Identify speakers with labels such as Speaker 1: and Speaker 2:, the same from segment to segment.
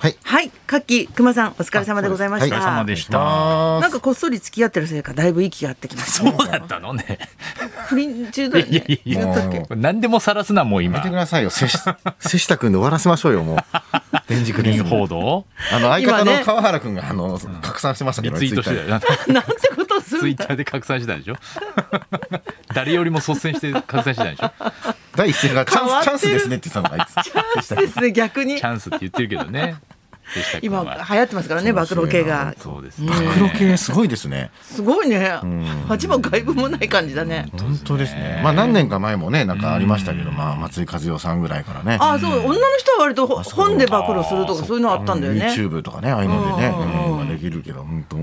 Speaker 1: はい、カッキー、熊さん、お疲れ様でございました。
Speaker 2: お疲れ様でした。
Speaker 1: なんかこっそり付き合ってるせいか、だいぶ息が合ってきました。
Speaker 2: そうだったのね。
Speaker 1: 不倫中だよ
Speaker 2: いやい
Speaker 1: ね。
Speaker 2: やいや
Speaker 1: 言ったっけ
Speaker 3: も。
Speaker 2: 何でもさらすな、もう
Speaker 3: や
Speaker 2: 今
Speaker 3: めて。くださいよ。瀬下瀬下君で終わらせましょうよ、もう。 電磁
Speaker 2: 不
Speaker 3: クリ
Speaker 2: 倫
Speaker 3: ズム
Speaker 2: 報道
Speaker 3: あの、相方
Speaker 1: 今
Speaker 3: の
Speaker 1: ね
Speaker 3: 川原君が、あの、拡散してましたけ
Speaker 2: リ
Speaker 3: ど
Speaker 2: ツイートしてたよ。
Speaker 1: なんてことす
Speaker 2: ツ
Speaker 1: るん
Speaker 2: イッ
Speaker 1: だ。
Speaker 2: ターで拡散してたんでしょ 誰よりも率先して拡散してたんでしょ
Speaker 3: 第一声がチャ
Speaker 1: 変わっ
Speaker 3: ンス、
Speaker 1: て
Speaker 3: チャンス
Speaker 1: る
Speaker 3: ですねって言ってたの、あい つ。
Speaker 1: チャンスですね、逆に
Speaker 2: チ。ャンスって言ってるけどね。瀬下君
Speaker 1: 今、流
Speaker 2: は
Speaker 1: 行ってますからね、暴露系が。
Speaker 2: そうですね。
Speaker 3: 黒系すごいですね。
Speaker 1: すごいね。恥も外部もない感じだね。
Speaker 3: 本当ですね。まあ何年か前もね、なんかありましたけど、まあ松井和代さんぐらいからね。
Speaker 1: あ、そう、女の人は割とほ本で暴露するとか、そういうのあったんだよね。
Speaker 3: YouTube とかね、ああいうのでね、
Speaker 1: うん
Speaker 3: うん今できるけど、本当。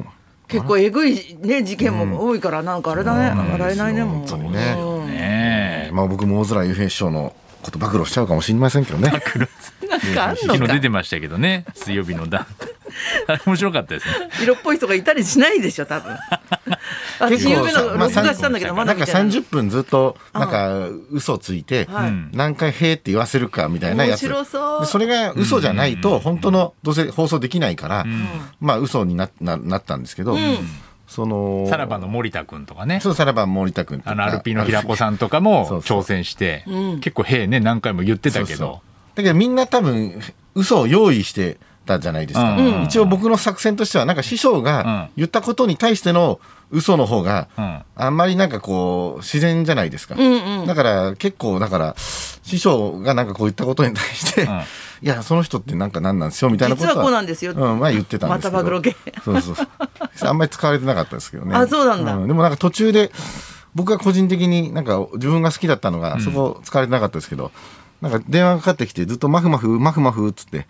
Speaker 1: 結構えぐいね、事件も多いから、なんかあれだね、笑えないね、もう。
Speaker 3: 本当にね
Speaker 1: うん
Speaker 2: ね
Speaker 3: まあ僕も大空雄平師匠のこと暴露しちゃうかもしれませんけどね。
Speaker 1: なんかあん
Speaker 2: え。昨
Speaker 1: の
Speaker 2: 日出
Speaker 1: か
Speaker 2: て。ましたけどね。水曜日 の段。あれ面白かったですね。
Speaker 1: 色っぽい人がいたりしないでしょ、多分。私、
Speaker 3: 結構
Speaker 1: 昨べの
Speaker 3: まあ
Speaker 1: 録画したんだけど、ま
Speaker 3: な
Speaker 1: だ
Speaker 3: ん
Speaker 1: 見
Speaker 3: か
Speaker 1: てない
Speaker 3: 30分ずっと、なんか嘘ついて
Speaker 1: はい、
Speaker 3: 何回へーって言わせるかみたいなやつ。
Speaker 1: 面白そう
Speaker 3: でそれが嘘じゃないと、本当のどうせ放送できないから、まあ嘘になななったんですけど、その、
Speaker 2: さらばの森田君とかね。
Speaker 3: そう、さらば森田君とか
Speaker 2: あの、アルピーの平子さんとかも
Speaker 3: そうそう
Speaker 2: 挑戦して、結構、へえね、何回も言ってたけ
Speaker 3: そうそ
Speaker 2: ど、
Speaker 3: うだけどみんな多分嘘を用意してたじゃないですか、
Speaker 2: うん
Speaker 3: 一応僕の作戦としてはなんか師匠
Speaker 2: うん
Speaker 3: が言ったことに対しての嘘の方が
Speaker 2: うん
Speaker 3: あんまりなんかこう自然じゃないですか、
Speaker 1: ん
Speaker 3: だから結構だから師匠がなんかこう言ったことに対して、
Speaker 2: ん
Speaker 3: いやその人ってなんか何なんですよみたいなこと
Speaker 1: 実はこうなんですよ
Speaker 3: うん、まあ言ってたんですけど
Speaker 1: また暴露系
Speaker 3: そうそうそうあんまり使われてなかったですけどね
Speaker 1: あそうなんだ
Speaker 3: でもなんか途中で僕は個人的になんか自分が好きだったのがそこ使われてなかったですけど、なんか電話がかかってきてずっとマフマフマフマフっつって、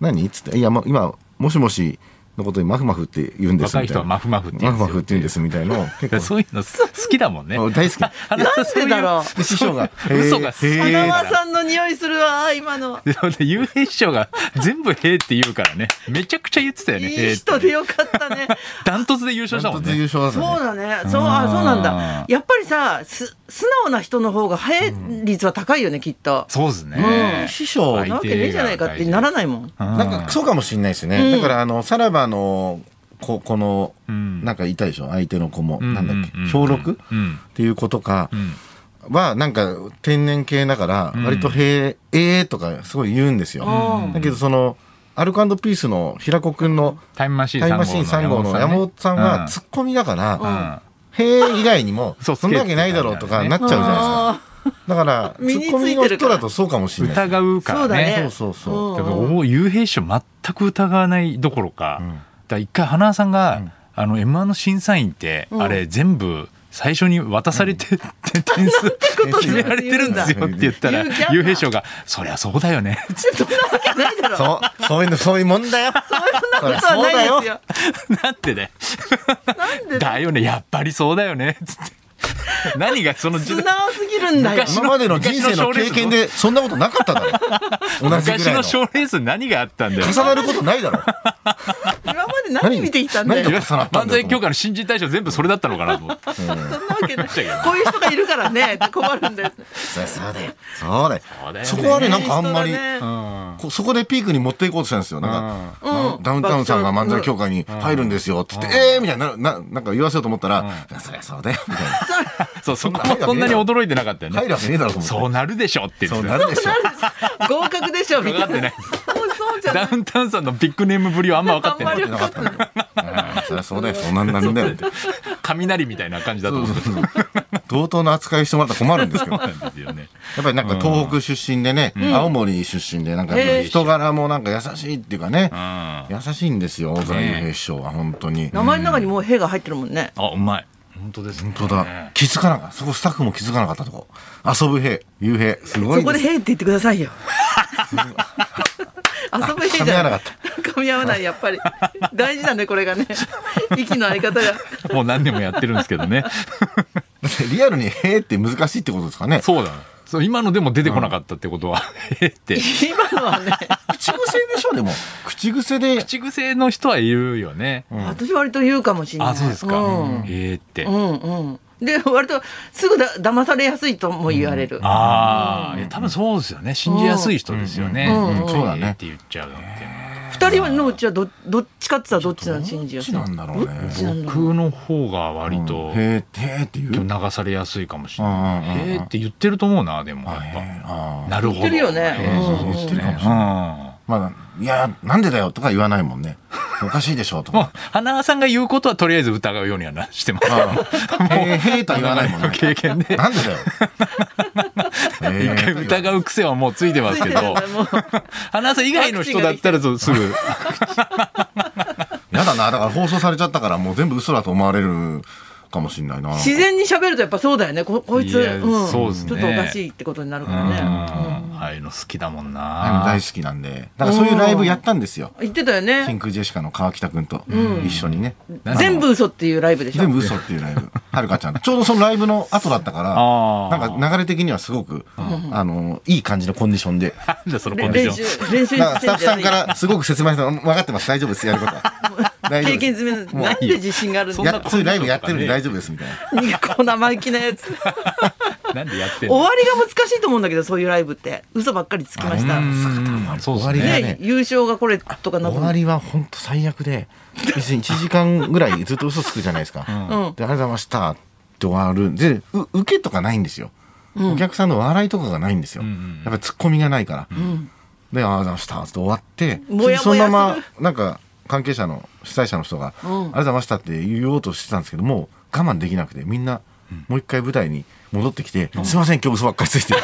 Speaker 3: 何っつっていや、ま、今もしもしのことにマフマフって言うんです
Speaker 2: 若
Speaker 3: み
Speaker 2: い
Speaker 3: たい
Speaker 2: 人
Speaker 3: な
Speaker 2: はマフマフって言
Speaker 3: マフ
Speaker 2: うんで
Speaker 3: マ
Speaker 2: すよ
Speaker 3: フって言うんですみたいなのを結構
Speaker 2: そういうの好きだもんね。
Speaker 3: あ大好き
Speaker 2: あの人そう
Speaker 1: な
Speaker 2: い
Speaker 1: んでだろ
Speaker 3: で師匠が
Speaker 2: 嘘が好き
Speaker 3: へー
Speaker 1: 花
Speaker 3: へー
Speaker 1: 輪さんの匂いするわ、今の。
Speaker 2: でもね、ゆうへい師匠が全部へえって言うからね。めちゃくちゃ言ってたよ
Speaker 1: い
Speaker 2: ね。へえ
Speaker 1: い
Speaker 2: って
Speaker 1: 人でよかったね。
Speaker 2: ダントツで優勝した
Speaker 3: ダ
Speaker 2: も
Speaker 3: ン
Speaker 2: ん
Speaker 3: トツ優
Speaker 2: ね。
Speaker 3: 勝だった
Speaker 1: そう
Speaker 3: ね
Speaker 1: だね。そう、あ、そうなんだ。やっぱりさ、す、素直な人の方が早い率は高いよね、きっと。
Speaker 2: そうです
Speaker 1: う
Speaker 2: ね。
Speaker 3: 師匠
Speaker 2: は
Speaker 1: なわけねえじゃないかってならないもん。
Speaker 3: なんかそうかもしれないですね、だからあのさらばのここの、
Speaker 2: ん
Speaker 3: なんかいたでしょ相手の子も、
Speaker 2: ん
Speaker 3: なんだっけ
Speaker 2: うんうん
Speaker 3: 小6、
Speaker 2: うん
Speaker 3: っていう子とかはなんか天然系だから割と「へええー」とかすごい言うんですよ、
Speaker 1: うん
Speaker 3: だけどそのアルコピースの平子くんの
Speaker 2: タイムマシーン
Speaker 3: タイムマシーン3
Speaker 2: 3
Speaker 3: 号
Speaker 2: 号
Speaker 3: の
Speaker 2: の
Speaker 3: 山
Speaker 2: 山
Speaker 3: 本
Speaker 2: 本
Speaker 3: さ
Speaker 2: さ
Speaker 3: ん
Speaker 2: んね
Speaker 3: はツッコミだから、
Speaker 2: うん
Speaker 3: へえ以外にも、
Speaker 2: そう
Speaker 3: そんなわけないだろうとかなっちゃうじゃない
Speaker 1: あ
Speaker 3: ですか。だから、ツ
Speaker 1: 身につ
Speaker 3: ッ
Speaker 1: いてる
Speaker 3: コミの人だとそうかもしれない。
Speaker 2: 疑うか
Speaker 1: そう
Speaker 2: ら
Speaker 1: だね
Speaker 2: ね。
Speaker 3: そうそうそう。
Speaker 2: だからおゆうへい師匠全く疑わないどころか、だから一回花輪さんが、あの M1 の審査員って、あれ全部最初に渡されて、 点数
Speaker 1: こと
Speaker 2: 決められてるんですよって言ったら
Speaker 1: 言うキャラ
Speaker 2: ゆうへい師匠が「そりゃそうだよね」
Speaker 1: ーそんなわけないだろ。そ
Speaker 3: そう、そういうの、そういうもんだよ。
Speaker 1: んなことはないですよ。
Speaker 2: なんてね
Speaker 1: なんで
Speaker 2: だよね、やっぱりそうだよね。 つって。何がその時
Speaker 1: 素
Speaker 2: 代
Speaker 1: 直すぎるんだよ。
Speaker 3: 今までの人生の経験で、そんなことなかっただろ。同じぐ
Speaker 2: 昔
Speaker 3: らいの。重
Speaker 2: の賞レース何があったんだよ。
Speaker 3: なることないだろ。
Speaker 1: 今まで何見てきたんだ
Speaker 3: 何
Speaker 1: よ
Speaker 3: が。重なったん
Speaker 2: 漫
Speaker 3: だよ
Speaker 2: 才。協会の新人大賞全部それだったのかなと思って。
Speaker 1: そんなわけない。こういう人がいるからね、困るんだよ。
Speaker 3: そうそうだよ。そうだよ
Speaker 2: そうだよね
Speaker 3: そこはね、なんかあんまり
Speaker 1: いい、人だね
Speaker 3: こそこでピークに持っていこうとしたんですよ。なんか、
Speaker 1: うん
Speaker 3: ダウンタウンさんが漫才協会に入るんですよ。つって、ええーみたいな、な、なんか言わせようと思ったら、いやそりゃそうだよ。みたいな。
Speaker 2: そう、そこもそんなに驚いてなかったよ
Speaker 3: 入
Speaker 2: ね。
Speaker 3: るわけねえだろと思って。
Speaker 2: そうなるでしょって言
Speaker 3: そ
Speaker 2: っ
Speaker 3: う
Speaker 2: て
Speaker 3: な
Speaker 2: た。
Speaker 3: るでしょ。
Speaker 1: 合格でしょみたい
Speaker 2: 分かって
Speaker 1: な
Speaker 2: ない。
Speaker 1: そうそうじゃない
Speaker 2: ダ。ウンタウンさんのビッグネームぶりはあんま分かってな
Speaker 1: あんま
Speaker 2: い
Speaker 1: り。
Speaker 3: なかったんだよ。うんそりゃそうだよ。そうなんなるんだよ。
Speaker 2: 雷みたいな感じだと思うんです
Speaker 3: 同等の扱いしてもらったら困るんですけど。やっ
Speaker 2: よね。
Speaker 3: ぱりなんか東北出身でね、青森出身で、なんか
Speaker 1: へえ
Speaker 3: 人柄もなんか優しいっていうかね、
Speaker 2: うん。あ、
Speaker 3: 優しいんですよ、大沢雄平師匠は本当に。
Speaker 1: 名前の中にもう「へ」が入ってるもんね。
Speaker 2: うまい。本当ですね。
Speaker 3: 本当だ。気づかなかった。そこスタッフも気づかなかったとこ。遊ぶ兵、雄兵、すご
Speaker 1: そ
Speaker 3: い
Speaker 1: こ
Speaker 3: で。
Speaker 1: です「へ」って言ってくださ いよ。遊ぶ「へ」じゃ
Speaker 3: 噛み合わなかっ
Speaker 1: 噛み合わないやっぱり大事なんだよこれがね息の相方が
Speaker 2: もう何年もやってるんですけどね。
Speaker 3: だって リアルに兵って難しいってことですかね。
Speaker 2: そうだ。そう、今のでも出てこなかったってことは、 えって。
Speaker 1: 今のはね
Speaker 3: 口癖でしょ、でも。口癖で。
Speaker 2: 口癖の人はいるよね。
Speaker 1: 私割と言うかもしれない
Speaker 2: あ、そうですか。
Speaker 1: うん
Speaker 2: えーって
Speaker 1: う。んうんで割とすぐだ騙されやすいとも言われる、
Speaker 2: ああ、いや多分そうですよね。信じやすい人ですよね。
Speaker 1: うん
Speaker 3: うんそうだね
Speaker 2: って言っちゃうのって
Speaker 1: 二人のうちはどどっちかって言ったらどっちなの信じやすい
Speaker 3: どっちなんだろうね
Speaker 1: どっちなんだろう
Speaker 2: 僕の方が割と
Speaker 3: へえてーっていう
Speaker 2: 流されやすいかもしれな
Speaker 3: うんうんうん
Speaker 2: い。へえって言ってると思うなでもやっ
Speaker 3: へー
Speaker 2: ぱ。
Speaker 3: あー
Speaker 2: なるほど。
Speaker 1: 言ってるよね
Speaker 2: へーそうそう
Speaker 3: うん
Speaker 2: 言ってるかもしれない。
Speaker 3: まあいやなんでだよとか言わないもんねおかしいでしょと
Speaker 2: もう
Speaker 3: か
Speaker 2: 花輪さんが言うことはとりあえず疑うようにはなしてます。
Speaker 3: うんへーへーとは言わない もんね
Speaker 2: 経験で。
Speaker 3: なんでだよ
Speaker 2: 一回疑う癖はもうついてます けど、
Speaker 1: もう
Speaker 2: 花輪さん以外の人だったらそうすぐ。
Speaker 3: やだなだから放送されちゃったからもう全部嘘だと思われるかもしれないな
Speaker 1: 自然に喋るとやっぱそうだよねここいつ
Speaker 2: いや
Speaker 1: うん
Speaker 2: そうですね
Speaker 1: ちょっとおかしいってことになるか
Speaker 2: う
Speaker 1: ら
Speaker 2: ん
Speaker 1: ね、
Speaker 2: ああいうの好きだもん
Speaker 3: ああいうの
Speaker 2: な
Speaker 3: 大。好きなんでだからそういうライブやったんですよ
Speaker 1: うん言ってたよ
Speaker 3: 真
Speaker 1: ね
Speaker 3: 空ジェシカの川北くんと一緒にね、
Speaker 1: 全部嘘っていうライブでしょ
Speaker 3: 全部嘘っていうライブはるかちゃんちょうどそのライブの後だったから
Speaker 2: あー
Speaker 3: なんか流れ的にはすごく、あのいい感じのコンディションで
Speaker 2: なんだそのコンディ
Speaker 1: 練
Speaker 2: シ
Speaker 1: 習
Speaker 2: ョン。
Speaker 1: 練習してんじ
Speaker 3: だから
Speaker 1: ゃない
Speaker 3: スタッフさんからすごく説明したの分かってます大丈夫ですやることは大丈 夫
Speaker 1: 経験
Speaker 3: です
Speaker 1: 済みなんで自信があるんだ
Speaker 3: やそういうライブやってるんで大丈夫ですみたいな
Speaker 1: こんな生意気なやつ
Speaker 2: なんでやって
Speaker 1: 終
Speaker 2: んの
Speaker 1: わりが難しいと思うんだけどそういうライブって嘘ばっかりつきました、
Speaker 2: うんそうです
Speaker 3: 終わ
Speaker 2: ね。
Speaker 3: り
Speaker 1: ね優勝がこれとかな
Speaker 3: 終わりは本当最悪で別に1時間ぐらいずっと嘘つくじゃないですか、
Speaker 1: うん
Speaker 3: で「ありがとうございました」って終わるでう受けとかないんですよ、お客さんの笑いとかがないんですよ、
Speaker 2: んうん
Speaker 3: やっぱツッコミがないから、で「ありがとうございました」って終わって
Speaker 1: もやもやする
Speaker 3: そのままなんか関係者の主催者の人が「
Speaker 1: ん
Speaker 3: ありがとうございました」って言おうとしてたんですけどもう我慢できなくてみんなもう一回舞台に戻ってきて「すいません今日嘘ばっかりついて」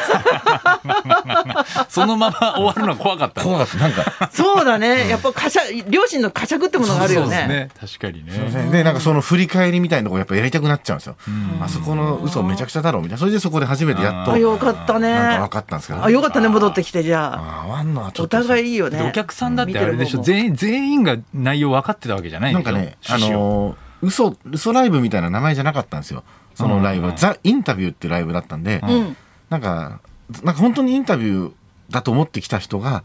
Speaker 2: そのまま終わるのは怖かった。
Speaker 3: 怖かったなんか
Speaker 1: そうだねやっぱかしゃ両親の呵責ってものがあるよ
Speaker 2: そうです
Speaker 1: ね
Speaker 2: ね。確かに
Speaker 3: すいま
Speaker 2: ね。
Speaker 3: せんでなんかその振り返りみたいなとこやっぱやりたくなっちゃうんですよ、あそこの嘘めちゃくちゃだろうみたいなそれでそこで初めてやっと
Speaker 1: あよかったね
Speaker 3: なんか分かったんですけど
Speaker 1: あよかったね戻ってきてじゃあ
Speaker 3: あ合わんのはちょ
Speaker 1: お
Speaker 3: っと
Speaker 1: 互いいいよね
Speaker 2: でお客さんだってあれでしょ
Speaker 1: 見てる
Speaker 2: 全員全員が内容分かってたわけじゃない
Speaker 3: なんん
Speaker 2: でし
Speaker 3: か
Speaker 2: ょ
Speaker 3: ねあ
Speaker 2: 趣旨を
Speaker 3: のー嘘嘘ライブみたいな名前じゃなかったんですよそのライブは、
Speaker 2: うん
Speaker 3: ザ・インタビューってライブだったんで、
Speaker 1: 方もうん
Speaker 3: なんかなんか本当にインタビューだと思ってきた人が、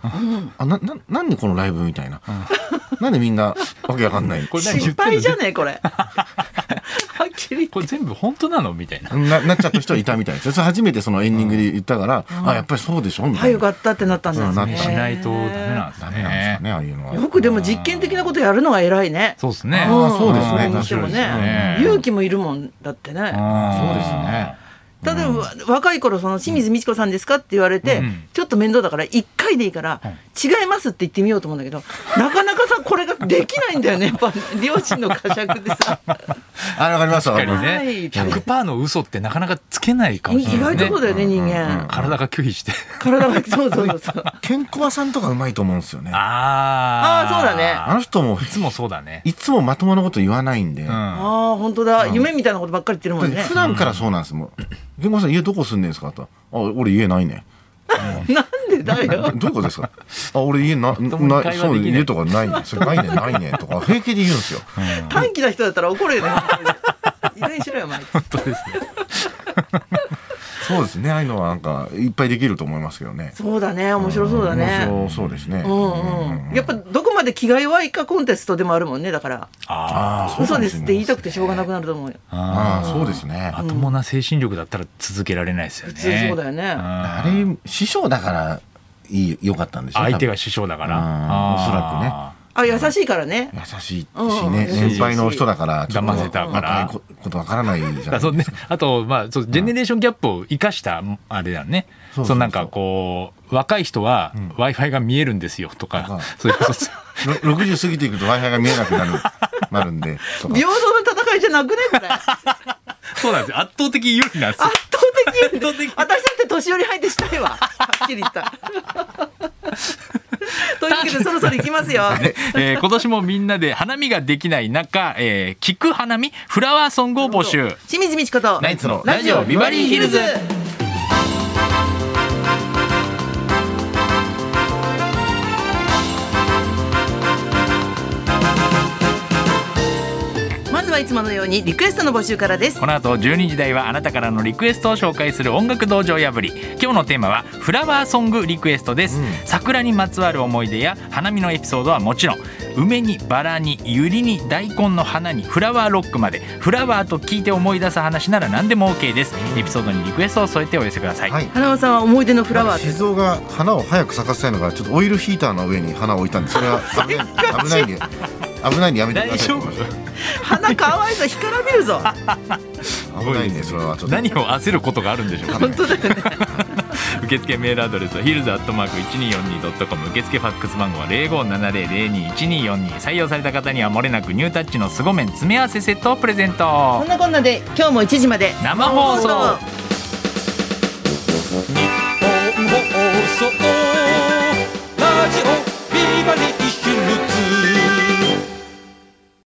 Speaker 3: あなななんでこのライブみたいな、 なんでみんなわけわかん ない
Speaker 2: これ何言
Speaker 1: 失
Speaker 2: って
Speaker 1: 敗
Speaker 2: る
Speaker 1: じゃ
Speaker 2: の
Speaker 1: ねえ これはっきり
Speaker 2: これ全部本当なのみたいな。
Speaker 3: ななっちゃった人いたみたいですよそれ初めてそのエンディングで言ったから、あやっぱりそうでしょみた
Speaker 1: はいよ
Speaker 3: な
Speaker 1: かったってなったんです
Speaker 3: うんな
Speaker 1: ね
Speaker 3: った
Speaker 2: しないとダメなんです
Speaker 3: ダメなんです
Speaker 2: ね
Speaker 3: か。ねああいうのは
Speaker 1: よくでも実験的なことやるのが偉いね
Speaker 2: そうですね。
Speaker 3: あーそうですね
Speaker 1: ん
Speaker 3: 面白いですね
Speaker 1: ね勇気もいるもんだって
Speaker 3: そ
Speaker 1: ね
Speaker 3: うで
Speaker 2: です
Speaker 3: ね
Speaker 1: ただ、わ若い頃その清水美智子さんですかって言われて、
Speaker 2: うん
Speaker 1: ちょっと面倒だから1回でいいから、違いますって言ってみようと思うんだけどなかなかさこれができないんだよねやっぱ両親の呵責で さ
Speaker 3: あわかりましたわか
Speaker 2: 確
Speaker 3: り
Speaker 2: か
Speaker 3: まし
Speaker 1: は
Speaker 2: にね
Speaker 1: い
Speaker 2: 100%の嘘ってなかなかつけないかもしれ
Speaker 1: 意
Speaker 2: な
Speaker 1: 外
Speaker 2: いで
Speaker 1: と
Speaker 2: す
Speaker 1: そう
Speaker 2: ね。
Speaker 1: だよね人間、
Speaker 2: 体が拒否して。
Speaker 1: 体がそうそうそうそう
Speaker 3: たケンコバさんとかうまいと思うんですよねあ
Speaker 2: あー
Speaker 1: あーそうだね
Speaker 3: の人も
Speaker 2: いつもそうだね。
Speaker 3: いつもまともなこと言わないんで、
Speaker 2: うん。あ
Speaker 1: ああ本当だ、夢みたいなことばっかり言ってるもんね
Speaker 3: 普段からそうなんですもんケンコバさん家どこ住んでんですかとあ俺家ないね
Speaker 1: なんでだよ
Speaker 3: どういうことですかあ俺家な
Speaker 2: ともに会
Speaker 3: な
Speaker 2: 話
Speaker 3: そう
Speaker 2: できない
Speaker 3: 家とかないねそれないねないねとか平気で言うんですよ
Speaker 1: 短気な人だったら怒るよね意外にしろよお前
Speaker 2: 本当ですね。
Speaker 3: そうですねああいうのはなんかいっぱいできると思いますけどね
Speaker 1: そうだね面白そうだね
Speaker 3: 面白そうですね、
Speaker 1: うんうん、やっぱどこまで気が弱いかコンテストでもあるもんねだから
Speaker 2: あ
Speaker 3: ーか
Speaker 1: 嘘
Speaker 3: も
Speaker 1: で
Speaker 3: し
Speaker 1: す
Speaker 3: れ
Speaker 1: っ
Speaker 3: な
Speaker 1: て
Speaker 3: い
Speaker 1: 言いたくてしょうがなくなると思うよ
Speaker 2: あ。あ
Speaker 3: ああそうですね
Speaker 2: あ。まともな精神力だったら続けられないですよね。
Speaker 1: 普通そうだよね
Speaker 3: あ
Speaker 2: あれ
Speaker 3: れ師匠だからいい良かったんでしょ
Speaker 2: 相手
Speaker 3: 多
Speaker 2: が師匠だから。
Speaker 3: うんおそら
Speaker 2: あ
Speaker 1: あ優しいからね
Speaker 3: 分優しいし
Speaker 1: うん
Speaker 3: ね
Speaker 1: 優し
Speaker 2: い
Speaker 3: 先輩の人だからちょっと
Speaker 2: 騙せたから
Speaker 3: 若いこことわからないじゃない
Speaker 2: ーだからそうね、あと、まあ、そうジェネレーションギャップを生かした、あれだよね。
Speaker 3: そ
Speaker 2: そ
Speaker 3: そ
Speaker 2: う
Speaker 3: うそう
Speaker 2: うなんかこう、若い人は Wi-Fi が見えるんですよと
Speaker 3: う
Speaker 2: か
Speaker 3: ん、
Speaker 2: そういうことです。
Speaker 3: ろ60過ぎていくと Wi-Fi が見えなくなる なるんでとか
Speaker 1: 平等な戦いじゃなくねこれ圧倒
Speaker 2: そうなんですよ。圧倒的有利な んですよ。
Speaker 1: 的私だって年寄り入ってしたいわはっきり言ったというわけでそろそろ行きますよ
Speaker 2: えー今年もみんなで花見ができない中、えー、聞く花見、フラワーソングを募集。
Speaker 1: 清水美智子と
Speaker 3: ナイツの
Speaker 1: ラジオビバリーヒルズまずははいつものようにリクエストの募集からです
Speaker 2: この後12時台はあなたからのリクエストを紹介する音楽道場破り今日のテーマはフラワーソングリクエストです、
Speaker 3: うん
Speaker 2: 桜にまつわる思い出や花見のエピソードはもちろん梅にバラにユリに大根の花にフラワーロックまでフラワーと聞いて思い出す話なら何でも OK ですエピソードにリクエストを添えてお寄せください、
Speaker 3: はい
Speaker 1: 花輪さんは思い出のフラワー って
Speaker 3: 静雄が花を早く咲かせたいのがちょっとオイルヒーターの上に花を置いたんでそれは危ない危ないんで危ないんでやめてくだ
Speaker 2: 大
Speaker 3: さ
Speaker 2: 丈
Speaker 3: い
Speaker 2: 夫
Speaker 1: 花かわいさ干からびるぞ
Speaker 3: 危ないんでそれはちょっと
Speaker 2: 何を焦ることがあるんでしょうか
Speaker 1: 本当だよね
Speaker 2: 受付メールアドレスはヒルズアットマーク 1242.com 受付ファックス番号は0570021242採用された方にはもれなくニュータッチの凄麺詰め合わせセットをプレゼン
Speaker 1: こ
Speaker 2: ト
Speaker 1: んなこんなで今日も1時まで
Speaker 2: 生放
Speaker 1: 生
Speaker 2: 送
Speaker 1: 放送
Speaker 2: 放送